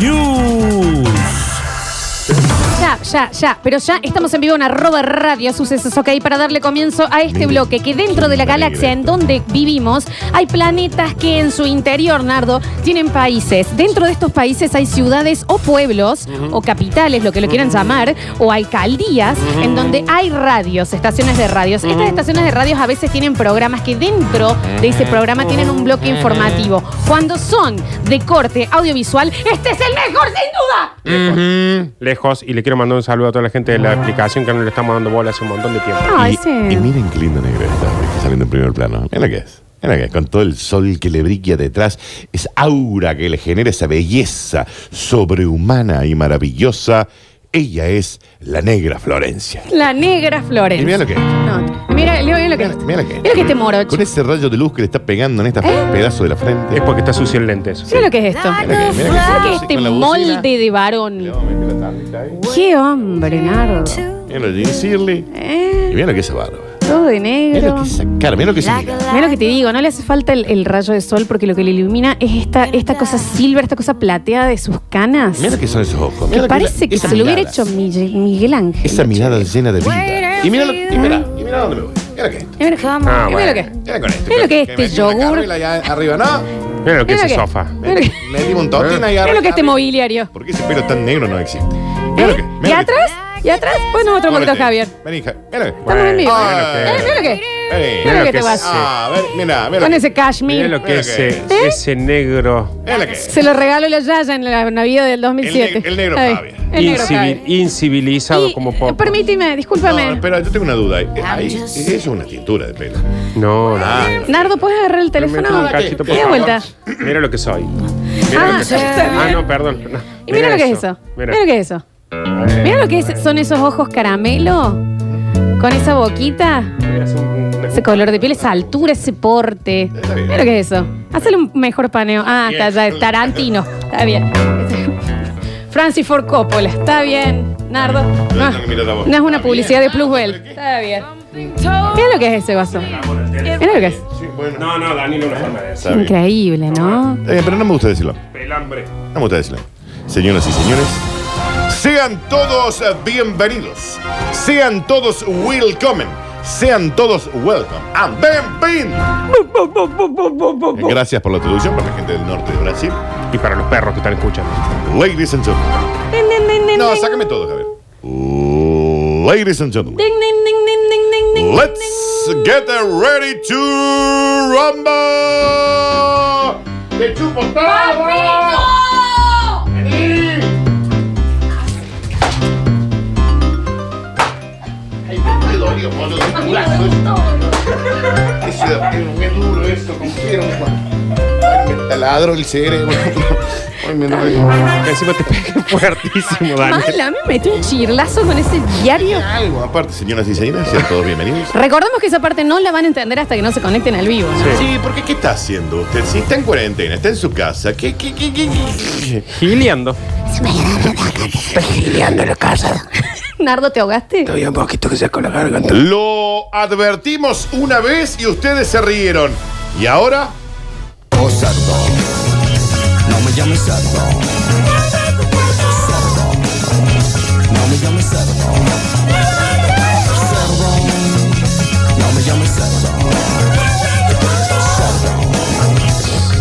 News. Ya, ya, ya. Pero ya estamos en vivo en arroba radio sucesos, ok, para darle comienzo a este bloque que dentro de la galaxia en donde vivimos hay planetas que en su interior, Nardo, tienen países. Dentro de estos países hay ciudades o pueblos o capitales, lo que lo quieran llamar, o alcaldías en donde hay radios, estaciones de radios. Estas estaciones de radios a veces tienen programas que dentro de ese programa tienen un bloque informativo. Cuando son de corte audiovisual, este es el mejor sin duda. Ujú, Lejos, y le quiero mandar un saludo a toda la gente de la aplicación que no le estamos dando bola hace un montón de tiempo. Ah, y, ese- y miren qué linda negra está, que está saliendo en primer plano. Mira lo que es. Mira lo que es. Con todo el sol que le brilla detrás, esa aura que le genera esa belleza sobrehumana y maravillosa. Ella es la negra Florencia. La negra Flores. Y mira lo que es. No, mira, mira, mira lo que Mira, mira lo que es. Mira lo que este morocho. Con ese rayo de luz que le está pegando en este ¿Eh? pedazo de la frente. Es porque está sucio el lente eso. Mira lo que es esto. Mira que- mira que- Mira que con este la bocina. molde de Le varón. vamos a meter la tablita ahí. Qué hombre, Nardo. Mira lo de Gene Shirley. Y Eh, mira lo que es esa barba. todo de Mira lo negro. que es esa cara. Mira lo que es esa mirada. Mira lo que te digo, no le hace falta el, el rayo de sol porque lo que le ilumina es esta, esta cosa silver, esta cosa plateada de sus canas. Mira lo que son esos ojos. Que Mira lo que es parece que esa se lo hubiera mirada. hecho Miguel, Miguel Ángel. Esa mirada llena de vida. Wait Y mira, a lo- y mira, y mira dónde me voy. Mira que esto. Mira lo que- Ah, mira lo bueno. que Mira con esto. Mira lo que es me este metí una yogur. carriola allá arriba, ¿no? Mira lo que es Mira ese que- sofá. Mira lo que- Metimos un totín ahí arriba. mira lo que este mobiliario. ¿Por qué ese pelo tan negro no existe? Mira lo que. ¿Eh? mira ¿Y lo que- atrás? ¿Y atrás? Bueno, otro Muévete. momento, Javier. Vení, hija. Mira lo que. Estamos en vivo. Bueno, Eh, mira lo que. Vení. Mira lo que que te vas. sí. Ah, a ver, mira, Con mira. lo que- ese cashmere. Mira lo que Mira es que- ese, ¿Eh? ese negro Mira lo que. Se lo regaló la Yaya en la Navidad del 2007. El ne- el negro Ay, Javier. El negro incivil- Javier. incivilizado Y, como eh, poco. Permíteme, discúlpame. No, espera, yo tengo una duda. Eh, Ahí, eso es una tintura de pelo. No, no. Ah, Nardo, ¿puedes agarrar el teléfono? Permíteme un cachito, por Mira favor. vuelta. Mira lo que soy. Ah, Mira lo que soy. está Ah, no, perdón. No. Y mira, lo que es eso. Mira lo que es eso. Mira lo que es- son esos ojos caramelo. Con esa boquita, Mira, es un- una- ese color de piel, esa altura, ese porte. Está bien. Mira lo que es eso. Hazle un mejor paneo. Ah, está ya, es Tarantino. Está bien. Francis Ford Coppola. Está bien. Nardo. No, tengo que mirar la voz. no es Está una publicidad de bien. Plusbel. Está bien. Mira lo que es ese vaso. Mira lo que es. sí, bueno. No, no, Danilo, no forma de eso. Está bien. Increíble, ¿no? Está bien, pero no me gusta decirlo. El hambre. Vamos a decirle. Señoras y señores, sean todos bienvenidos. Sean todos welcome. Sean todos welcome. And bien, bien. Gracias por la traducción para la gente del norte de Brasil. Y para los perros que están escuchando. Ladies and gentlemen. Ding, ding, ding, ding, No, ding. sácame todo, Javier. Ladies and gentlemen. Ding, ding, ding, ding, ding, ding, ding. Let's get ready to rumble. ¡Te chupo todo! Vení. Ay, me fue dolido, boludo, de culazo. Eso era muy duro, eso, como quiero, Juan. Ay, me taladro el cerebro. Ay, me duele. Encima te pegué fuertísimo, Daniel. Mala, me metí un chirlazo con ese diario. Algo aparte, señoras y señores, sean todos bienvenidos. Recordemos que esa parte no la van a entender hasta que no se conecten al vivo. ¿no? Sí, porque ¿qué está haciendo usted? Si está en cuarentena, está en su casa. ¿Qué, qué, qué, qué, qué? Gileando. Nardo, ¿te ahogaste? Lo advertimos una vez y ustedes se rieron. Y ahora, O cerdo. Oh, No me llames cerdo. Cerdo. No me llames cerdo. Cerdo. No me llames cerdo. Cerdo.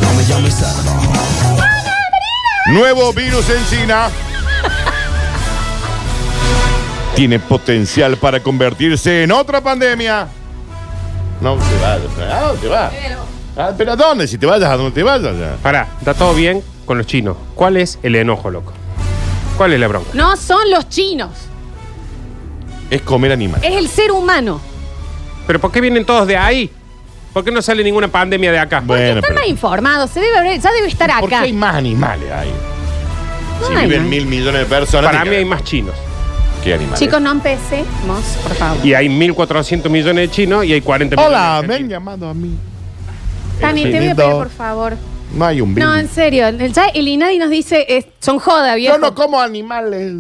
No me llames cerdo. nuevo virus en China. Tiene potencial para convertirse en otra pandemia. No te vayas, ¿a dónde vas? Ah, pero ¿a dónde? Si te vayas, ¿a dónde te vayas? ya? Pará, está todo bien con los chinos. ¿Cuál es el enojo, loco? ¿Cuál es la bronca? No son los chinos, Es comer animal. es el ser humano. ¿Pero por qué vienen todos de ahí? ¿Por qué no sale ninguna pandemia de acá? Bueno, Están más informados, se debe haber- ya debe estar ¿por qué acá. hay más animales ahí? Si Ay, viven no. mil millones de personas. Para te mí hay cagas. más chinos. Qué animal. Chicos, no empecemos, por favor. Y hay 1.400 millones de chinos y hay 40 Hola, me han millones de argentinos. llamado a mí. Tani, te voy a infinito. pedir, por favor. No hay un No, virus. en serio. El, ya el Inadi nos dice, eh, son joda, viejo. Yo no como animales.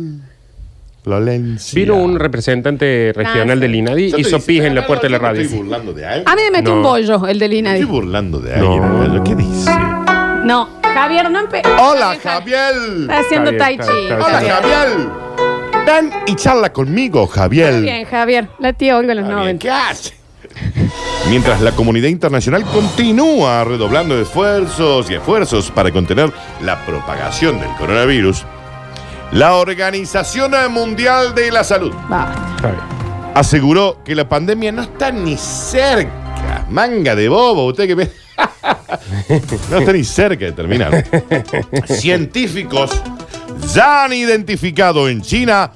Lolencia. Vino un representante regional sí. del INADI, Yo te hizo dice, pis en la no, puerta de la yo me radio. Estoy burlando de alguien. A mí me metió No. un bollo el del Me Inadi. Estoy burlando de No. alguien. boludo. ¿Qué dice? No, Javier, no empe... Hola, Ja- Está Javier. haciendo Está tai bien, chi. está bien, está bien. Hola, Javier. Ven y charla conmigo, Javier. Bien, Javier. La tía Olga en los Está bien, 90. ¿Qué hace? Mientras la comunidad internacional continúa redoblando esfuerzos y esfuerzos para contener la propagación del coronavirus, la Organización Mundial de la Salud Va. Está bien. aseguró que la pandemia no está ni cerca. Manga de bobo, usted que ve. no está ni cerca de terminar. Científicos ya han identificado en China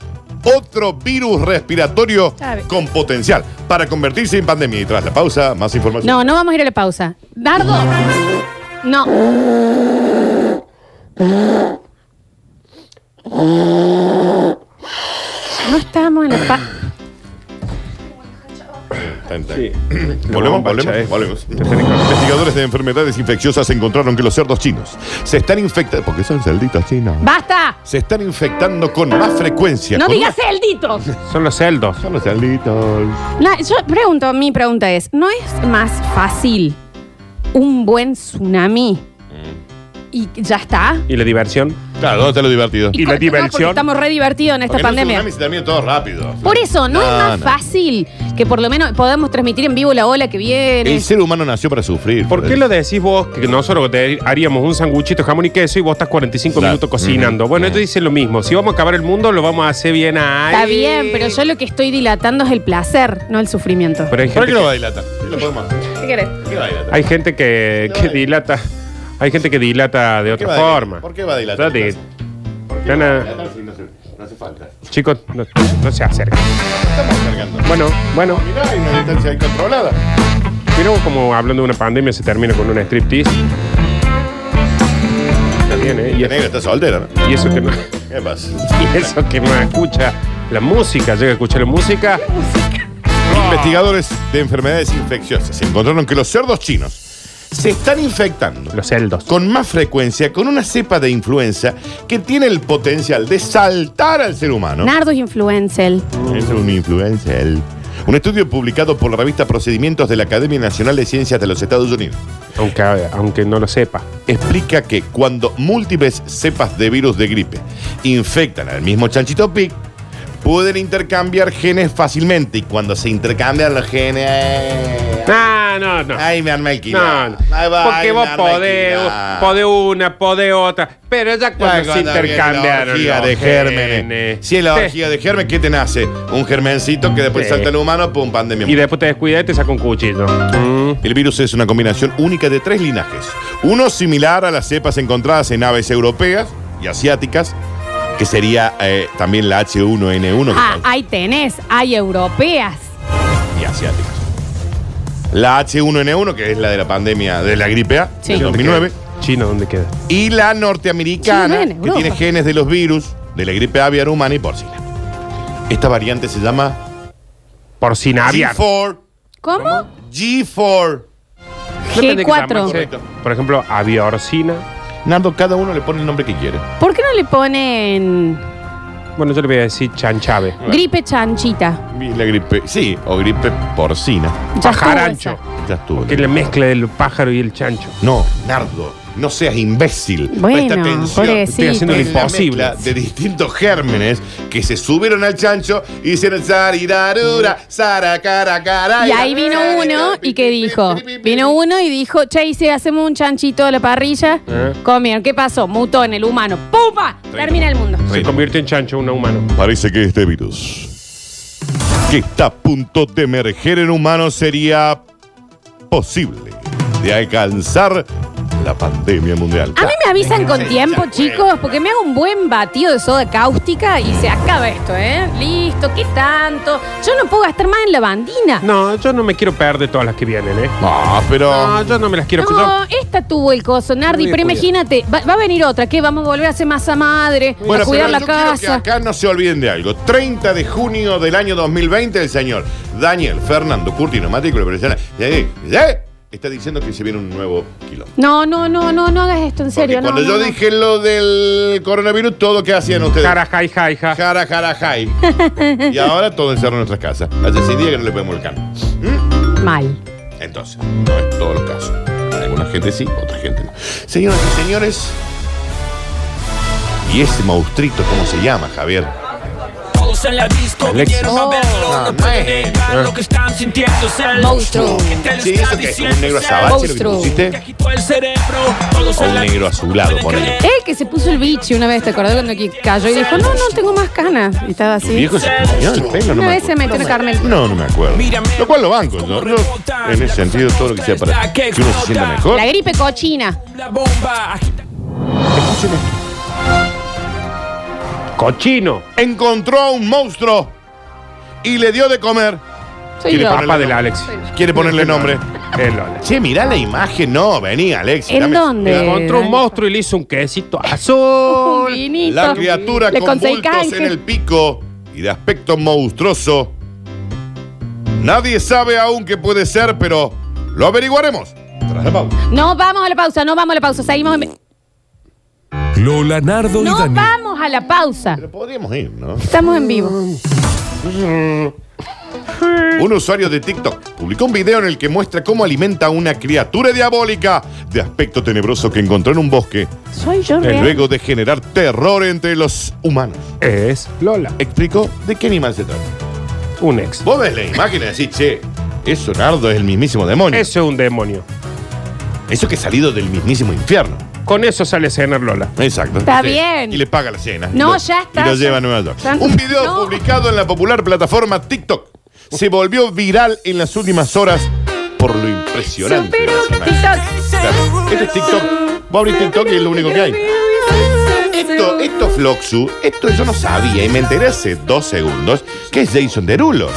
otro virus respiratorio Está bien. con potencial para convertirse en pandemia. Y tras la pausa, más información. No, no vamos a ir a la pausa. Dardo. No. No estamos en la pausa. Tan, tan. Sí. Volvemos, Bomba, volvemos, che. volvemos. Investigadores de enfermedades infecciosas encontraron que los cerdos chinos se están infectando. Porque son cerditos chinos. ¡Basta! Se están infectando con más frecuencia. ¡No con digas celditos! Son los celdos. Son los cerditos. La- yo pregunto, mi pregunta es, ¿no es más fácil un buen tsunami y ya está? ¿Y la diversión? Claro, ¿dónde está lo divertido? ¿Y la Porque- no, porque diversión? estamos re divertidos en esta Porque no pandemia. tsunami se termina todo rápido. Por eso, ¿no, es más no. fácil que por lo menos podamos transmitir en vivo la ola que viene? El ser humano nació para sufrir. pues. ¿Por qué lo decís vos que nosotros te haríamos un sanguchito de jamón y queso y vos estás 45 Claro. minutos cocinando? Bueno, esto dice lo mismo. Si vamos a acabar el mundo, lo vamos a hacer bien ahí. Está bien, pero yo lo que estoy dilatando es el placer, no el sufrimiento. Pero hay ¿Por gente, qué lo va a dilatar? ¿Qué lo podemos hacer? ¿Qué querés? ¿Por qué va a dilatar? hay gente que, que No, hay- dilata. Hay gente que dilata de ¿Por qué otra va a dilatar? forma. ¿Por qué va a dilatar? Ya te- ¿Por qué Ya va a nada. dilatar si no se- no hace falta? Chicos, no, no se acerquen. Estamos cargando. Bueno, bueno. Mirá, hay una distancia ahí controlada. Mira como hablando de una pandemia se termina con un striptease. Está bien, ¿eh? Y, La negra está soltera, ¿no? y eso que no, ¿Qué pasa? y eso que no escucha la música, llega a escuchar la música. Investigadores de enfermedades infecciosas encontraron que los cerdos chinos se están infectando Los celdos. con más frecuencia con una cepa de influenza que tiene el potencial de saltar al ser humano. Nardo es influencer. Es un influencer. Un estudio publicado por la revista Procedimientos de la Academia Nacional de Ciencias de los Estados Unidos Aunque, aunque no lo sepa. explica que cuando múltiples cepas de virus de gripe infectan al mismo chanchito pig, pueden intercambiar genes fácilmente y cuando se intercambian los genes... No, Ah, no, no. Ahí me arma el quilombo. No, no. Ahí va, ahí Porque me vos arma el podés, quilombo. podés una, podés otra. Pero ya Ya cuando se cuando viene intercambiaron. La orgía los de genes. gérmenes. Si es la Sí. orgía de gérmenes, ¿qué te nace? Un germencito que después Sí. salta en humano, pum, pandemia. Y después te descuidas y te saca un cuchillo. Mm. El virus es una combinación única de tres linajes. Uno similar a las cepas encontradas en aves europeas y asiáticas, que sería eh, también la H1N1 que Ah, causa- ahí tenés, hay europeas. y asiáticas. La H1N1, que es la de la pandemia de la gripe A, Sí. del 2009. Chino, ¿dónde queda? Y la Sí, norteamericana, ven, que Europa. tiene genes de los virus, de la gripe aviar humana y porcina. Esta variante se llama Por sin aviar. G4. ¿Cómo? G4. No tendría que Ah, G4. llamarse, Por ejemplo, aviorcina. Nando, cada uno le pone el nombre que quiere. ¿Por qué no le ponen Bueno, yo le voy a decir chanchave. gripe chanchita? Y La gripe, sí, o gripe porcina. Ya Pajarancho. estuvo Ya estuvo. Que es la mezcla del pájaro y el chancho. No, Nardo, no seas imbécil. Bueno, Presta atención. pobrecito. Estoy haciendo lo Es la imposible. mezcla de distintos gérmenes que se subieron al chancho y hicieron sarirarura, esa. saracara Y ahí vino uno y que dijo, vino uno y dijo, che, y si hacemos un chanchito a la parrilla, ¿Eh? comieron, ¿qué pasó? Mutó en el humano, ¡pumba! Termina el mundo. Se convierte en chancho, una humano. Parece que este virus que está a punto de emerger en humanos sería posible de alcanzar la pandemia mundial. A mí me avisan con Sí, tiempo, ya fue. chicos, porque me hago un buen batido de soda cáustica y se acaba esto, ¿eh? Listo, ¿qué tanto? Yo no puedo gastar más en la bandina. No, yo no me quiero perder todas las que vienen, ¿eh? Ah, pero. No, yo no me las quiero. No, yo- esta tuvo el coso, Nardi, Muy pero descuidada. imagínate, va, va a venir otra, ¿qué? Vamos a volver a hacer masa madre, a Bueno, cuidar pero la yo quiero que casa. acá no se olviden de algo. 30 de junio del año 2020, el señor Daniel Fernando Curti, neumático, le presiona. eh, eh, Está diciendo que se viene un nuevo kilo. No, no, no, no, no hagas esto, en serio. no, cuando no, yo no. dije lo del coronavirus, todo que hacían ustedes. Carajai, jaija. Jara, jara, jai. y ahora todo encerrado en nuestras casas. Hace seis días que no le podemos el cambio. Mal. Entonces, no es todo el caso. Alguna gente sí, otra gente no. Señoras y señores. Y ese maustrito, ¿cómo se llama, Javier? Todos en la disco Alexa. vinieron a verlo. Oh, No no pueden es. negar lo que están sintiendo. Es el eh. Monstruo. que te lo Sí, está eso que es como diciendo, un negro es el azabache lo que te Monstruo. que pusiste. agitó el cerebro. Todos O en un la negro disco azulado, pueden ponele. creer. El que se puso el bichi una vez, ¿te acordás cuando aquí cayó y dijo, no, no tengo más canas? Y estaba Tu así. viejo se comió el pelo, no Una me vez se acuerdo. metió en Carmel. No, no me acuerdo. Lo cual lo banco, yo, yo, en ese sentido, todo lo que sea para que uno se sienta mejor. La gripe cochina. La bomba agita- Escúcheme. Cochino. Encontró a un monstruo y le dio de comer. Soy Tiene yo. para- Papá del Alex. Quiere ponerle nombre. El Alex. Che, mirá la imagen. No, vení, Alex. ¿En dame- dónde? Encontró un monstruo y le hizo un quesito azul. Un vinito. La criatura Le con conseguí bultos canje. en el pico y de aspecto monstruoso. Nadie sabe aún qué puede ser, pero lo averiguaremos. Tras la pausa. No vamos a la pausa, no vamos a la pausa. Seguimos en- Lola Nardo y No Daniel. vamos a la pausa. Pero podríamos ir, ¿no? Estamos en vivo. Un usuario de TikTok publicó un video en el que muestra cómo alimenta a una criatura diabólica de aspecto tenebroso que encontró en un bosque, Soy yo, eh, real. luego de generar terror entre los humanos. Es Lola. Explicó de qué animal se trata. Un ex. Vos ves la imagen y decís, che, eso Nardo es el mismísimo demonio. Eso es un demonio. Eso que ha salido del mismísimo infierno. Con eso sale a cenar Lola. Exacto. Está bien. Y le paga la cena. No, Y lo- ya está, Y lo ya- lleva a Nueva York. ya- Un video no. publicado en la popular plataforma TikTok se volvió viral en las últimas horas por lo impresionante. de Superó las imágenes. TikTok. Claro. Este es TikTok. Vos abrís TikTok y es lo único que hay. Esto, esto Floxu, esto yo no sabía y me enteré hace dos segundos que es Jason Derulo.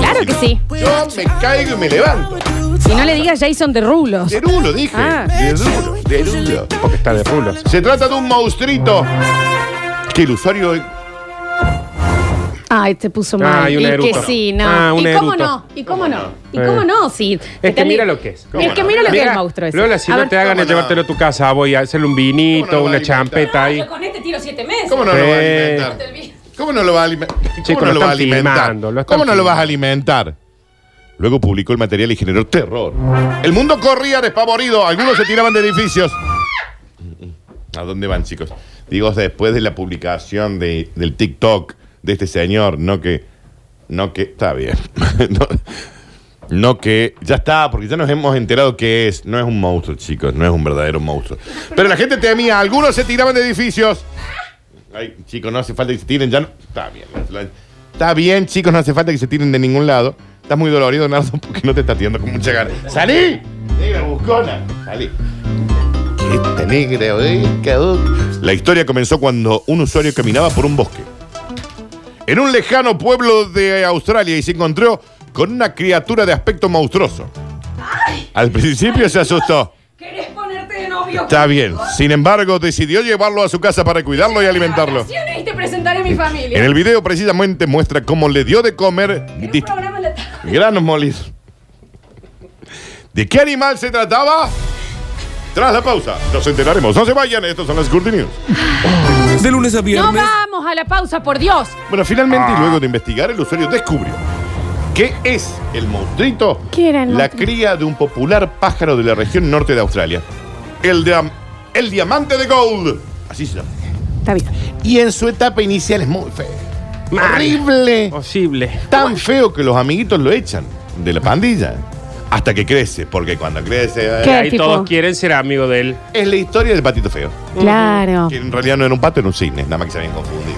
Claro que sí. Yo me caigo y me levanto. Si no le digas Jason de Rulos. Derulo, dije. Ah. Derulo, Derulo. Porque está de rulos. Se trata de un monstruito que el usuario Ay, te puso mal. Ay, Ah, un y eructo. que sí, no. Ah, un ¿Y cómo eructo. no? ¿Y cómo no? ¿Y Eh. cómo no? Sí. Es que Entendí. mira lo que es. Es que no? mira lo que es Mira, el monstruo ese. Lola, si A no ver, te hagan ¿cómo de no? llevártelo a tu casa, voy a hacerle un vinito, ¿Cómo no lo va a una alimentar? champeta ahí. yo con este tiro siete meses. ¿Cómo no lo va a Sí. alimentar? ¿Cómo no lo va a alimentar? Chicos, ¿Cómo no lo lo va a están alimentar? filmando, lo están ¿Cómo no lo vas a filmando. alimentar? Luego publicó el material y generó terror. El mundo corría despavorido, algunos se tiraban de edificios. ¿A dónde van, chicos? Digo, después de la publicación de- del TikTok de este señor, no que. No que. Está bien. no, no que. Ya está, porque ya nos hemos enterado que es. No es un monstruo, chicos, no es un verdadero monstruo. Pero la gente temía, algunos se tiraban de edificios. Ay, chicos, no hace falta que se tiren, ya no. Está bien. la- Está bien, chicos, no hace falta que se tiren de ningún lado. Estás muy dolorido, Nardo, porque no te está tirando con mucha gana. ¡Salí! ¡Negra buscona! ¡Salí! ¡Qué negra, eh, cabrón! La historia comenzó cuando un usuario caminaba por un bosque. En un lejano pueblo de Australia y se encontró con una criatura de aspecto monstruoso. Al principio se asustó. ¿Querés ponerte de novio? Está bien. Sin embargo, decidió llevarlo a su casa para cuidarlo y alimentarlo. Y te presentaré a mi familia. En el video precisamente muestra cómo le dio de comer dist- granos molidos. ¿De qué animal se trataba? Tras la pausa, nos enteraremos. No se vayan, estos son las Curti News. De lunes a No viernes. vamos a la pausa, por Dios. Bueno, finalmente, y luego de investigar, el usuario descubrió que es el monstruito, ¿Qué era el la monstruo? cría de un popular pájaro de la región norte de Australia. El, de, el diamante de gold. Así se llama. Está bien. Y en su etapa inicial es muy feo. Mal. Horrible. Posible. Tan feo que los amiguitos lo echan de la pandilla. Hasta que crece, porque cuando crece. eh, ¿Qué? Ahí tipo? todos quieren ser amigos de él. Es la historia del patito feo. Claro. Que en realidad no era un pato, era un cisne, nada más que se habían confundido.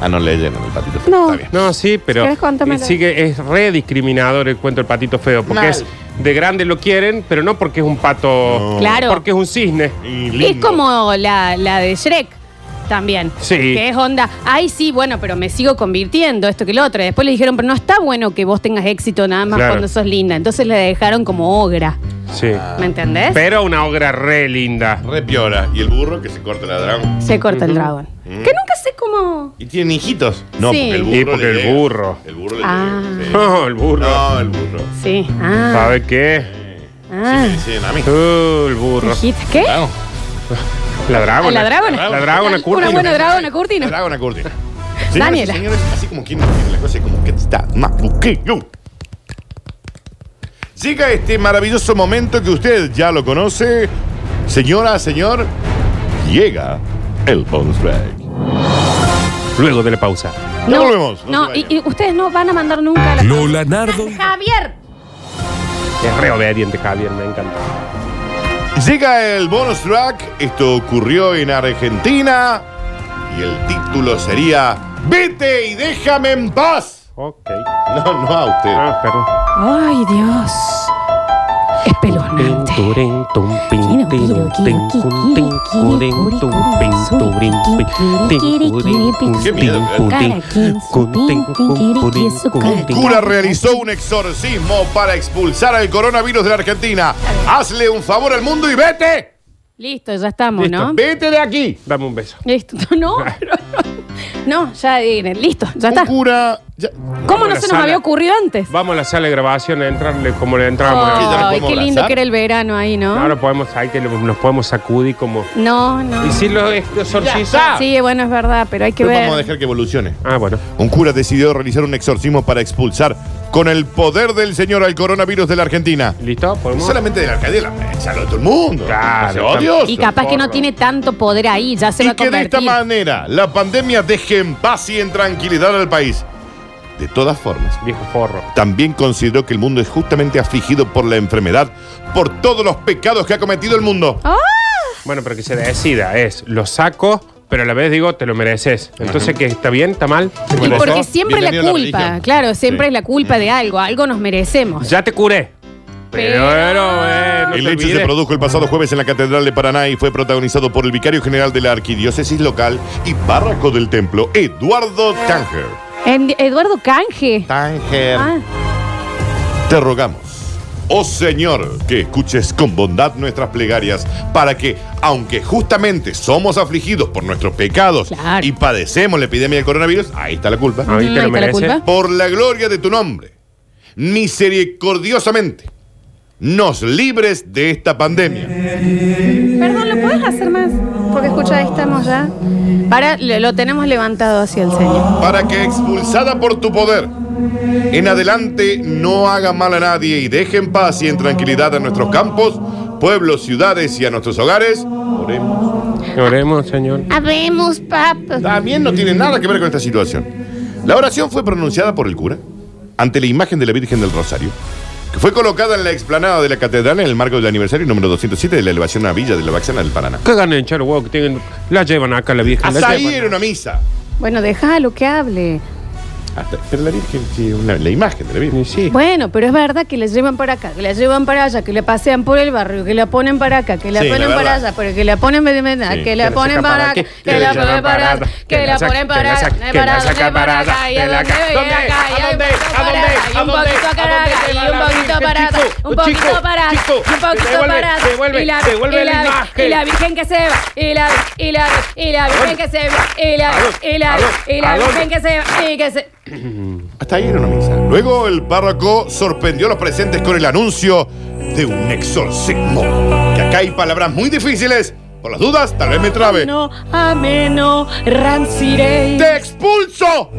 Ah, no le llenan el patito feo. No. Está bien. No, sí, pero ¿Querés contármelo? sí que es re discriminador el cuento del patito feo, porque Mal. es de grande lo quieren, pero no porque es un pato, No. Claro. porque es un cisne. Y Es lindo. como la, la de Shrek también. Sí. Que es onda. Ay, sí, bueno, pero me sigo convirtiendo, esto que lo otro. Y Después le dijeron, pero no está bueno que vos tengas éxito nada más Claro. cuando sos linda. Entonces le dejaron como ogra. Sí. ¿Me entendés? Pero una obra re linda. Re piora. Y el burro que se corta la dragón. Se corta el dragón. Que nunca sé cómo. ¿Y tienen hijitos? No, Sí. porque el burro. Sí, porque le el llega. burro. El burro le Ah. llega, sí. No, Oh, el burro. No, el burro. Sí. Ah. ¿Sabe qué? ah. Sí, me dicen a mí. Uh, el burro. Hit- ¿Qué? Claro. La dragona. La dragona. La dragona, Una curva. buena Ah, dragona curtina. Dragona Curtina. Daniela. y señores, así como quien tiene la cosa, como que está más buquillo. Llega este maravilloso momento que usted ya lo conoce. Señora, señor, llega el bonus break. Luego de la pausa. Ya volvemos. No, se y, vayan. y ustedes no van a mandar nunca a la. Lola Nardo. Javier. Es re obediente, Javier, me encanta. Llega el bonus track, esto ocurrió en Argentina y el título sería Vete y déjame en paz. Ok. No, no a usted. Ah, perdón. Ay, Dios. Espeluznante. Un cura realizó un exorcismo para expulsar al coronavirus de la Argentina. Hazle un favor al mundo y vete. Listo, ya estamos, Listo. ¿no? Vete de aquí. Dame un beso. Listo. No, pero no. No, ya eh, listo, ya Un está. cura. ya- ¿Cómo no la se nos sala. había ocurrido antes? Vamos a la sala de grabación a entrarle como le entramos. ya no Ay, podemos qué lindo abrazar. que era el verano ahí, ¿no? Ahora podemos, ahí que lo- nos podemos sacudir como. No, no. ¿Y si lo exorciza? Sí, bueno, es verdad, pero hay que Pero vamos a ver. dejar que evolucione. Ah, bueno. Un cura decidió realizar un exorcismo para expulsar con el poder del Señor al coronavirus de la Argentina. ¿Listo? ¿Podemos? Solamente de la Argentina, échalo de todo el mundo. Claro. No sea odioso. Y capaz que no tiene tanto poder ahí, ya se va Y a que de esta convertir. manera la pandemia deje en paz y en tranquilidad al país. De todas formas, Viejo forro. También consideró que el mundo es justamente afligido por la enfermedad, por todos los pecados que ha cometido el mundo. Bueno, pero que se decida es, lo saco, pero a la vez digo, te lo mereces. Entonces, ¿qué? ¿Está bien? ¿Está mal? ¿Te Y Bueno, merece? porque eso, siempre la bienvenido a la culpa, religión. claro, siempre Sí. es la culpa de algo, algo nos merecemos. Ya te curé. Pero, eh, no El te hecho se olvides. produjo el pasado jueves en la Catedral de Paraná y fue protagonizado por el vicario general de la arquidiócesis local y párroco del templo, Eduardo Tanger. En- Eduardo Canje. Tanger. Ah, Te rogamos, oh Señor, que escuches con bondad nuestras plegarias para que, aunque justamente somos afligidos por nuestros pecados Claro. y padecemos la epidemia del coronavirus, ahí está la culpa. Ahí te Ahí lo está la mereces. culpa. por la gloria de tu nombre, misericordiosamente, nos libres de esta pandemia. Perdón, ¿lo puedes hacer más? Porque escucha, ahí estamos ya. Para, lo, lo tenemos levantado hacia el Señor. Para que expulsada por tu poder, en adelante no haga mal a nadie y deje en paz y en tranquilidad a nuestros campos, pueblos, ciudades y a nuestros hogares. Oremos. Oremos, Señor. Habemos, papa. También no tiene nada que ver con esta situación. La oración fue pronunciada por el cura ante la imagen de la Virgen del Rosario, que fue colocada en la explanada de la catedral en el marco del aniversario número 207 de la elevación a Villa de la Baxana del Paraná. ¿Qué ganan en echar huevo que tienen? La llevan acá la vieja. Hasta La ahí llevan. era una misa. Bueno, déjalo que hable. Hasta- pero la Virgen, sí, una- la imagen de la Virgen. Y sí. Bueno, pero es verdad que la llevan para acá, que la llevan para allá, que la pasean por el barrio, que la ponen para acá, que la Sí, la ponen para verdad. allá, pero que la ponen para allá, Sí, que que la la ponen saca para para acá, aquí, que la ponen para allá, que la saca- ponen que para la allá, saca- que la saca para allá, y que un la poquito saca- ¿Dónde? para acá, y ¿A un dónde? poquito ¿A para dónde? allá, y ¿A un dónde? poquito para ¿A dónde acá, te y va un la poquito Virgen, para acá, chico? un poquito Chico, para allá, chico, y un poquito devuelve, para allá, devuelve, y la- devuelve y la- la imagen. y la virgen que se va, y la y la y la virgen que se va, y la ¿A dónde? y la ¿A dónde? y la ¿A dónde? virgen que se va, y que se Hasta ahí era una misa. Luego el párroco sorprendió a los presentes con el anuncio de un exorcismo. Que acá hay palabras muy difíciles. Por las dudas, tal vez me trabe. no ameno ranciré. ¡Te expulso!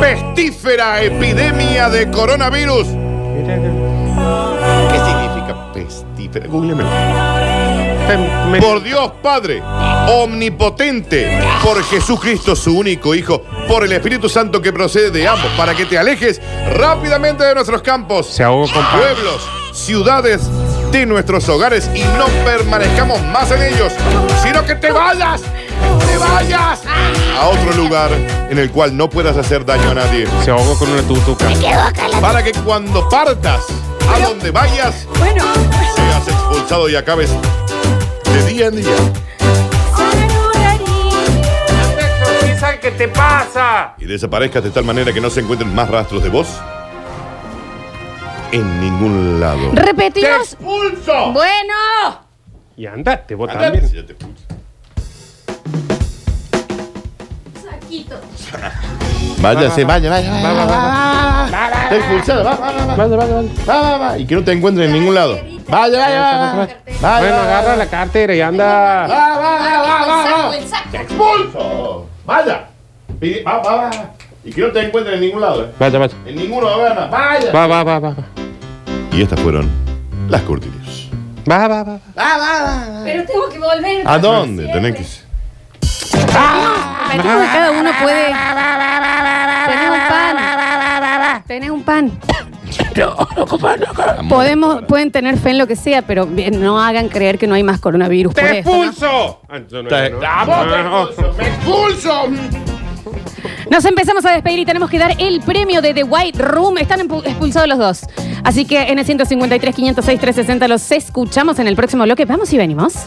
Pestífera epidemia de coronavirus. ¿Qué significa pestífera? Googlemelo. Me- Por Dios Padre, omnipotente, por Jesucristo su único Hijo, por el Espíritu Santo que procede de ambos, para que te alejes rápidamente de nuestros campos, Se ahogó con pan. pueblos, ciudades, de nuestros hogares y no permanezcamos más en ellos, sino que te vayas. ¡Te vayas! A otro lugar en el cual no puedas hacer daño a nadie. Se ahogó con una tutuca. Para que cuando partas a donde vayas, Bueno, seas expulsado y acabes de día en día. ¿Qué te pasa? y desaparezcas de tal manera que no se encuentren más rastros de vos en ningún lado. repetimos. expulso! Bueno, Y andate, vos Andate, también. ya te expulso. Váyase, vaya, vaya, vaya, va, va, va, va, va. Está expulsado, va, va, va, va. Va, va, va. Y que no te encuentren en ningún lado. Vaya, vaya, va, va, va. Vaya, Bueno, va, va, agarra la cartera y anda. va, va, va, va, va, va. Te expulso. Vaya. Pide- Va, va, va. Y que no te encuentren en ningún lado. eh. Vaya, vaya. En ninguno, gana. Vaya. Va, va, va, va. va. Y estas fueron las cortinas. Va, va, va. va. pero tengo que volver. ¿A dónde tenés que ir? Imagino que cada uno puede. Tenés un pan. Tenés un pan. Podemos, pueden tener fe en lo que sea, pero bien, no hagan creer que no hay más coronavirus. por ¡Te esto, ¿no? expulso! Ah, yo no era, ¿no? Eh, Ah, oh. ¡Me expulso! Nos empezamos a despedir y tenemos que dar el premio de The White Room. Están empu- expulsados los dos. Así que en el 153, 506, 360 los escuchamos en el próximo bloque. Vamos y venimos.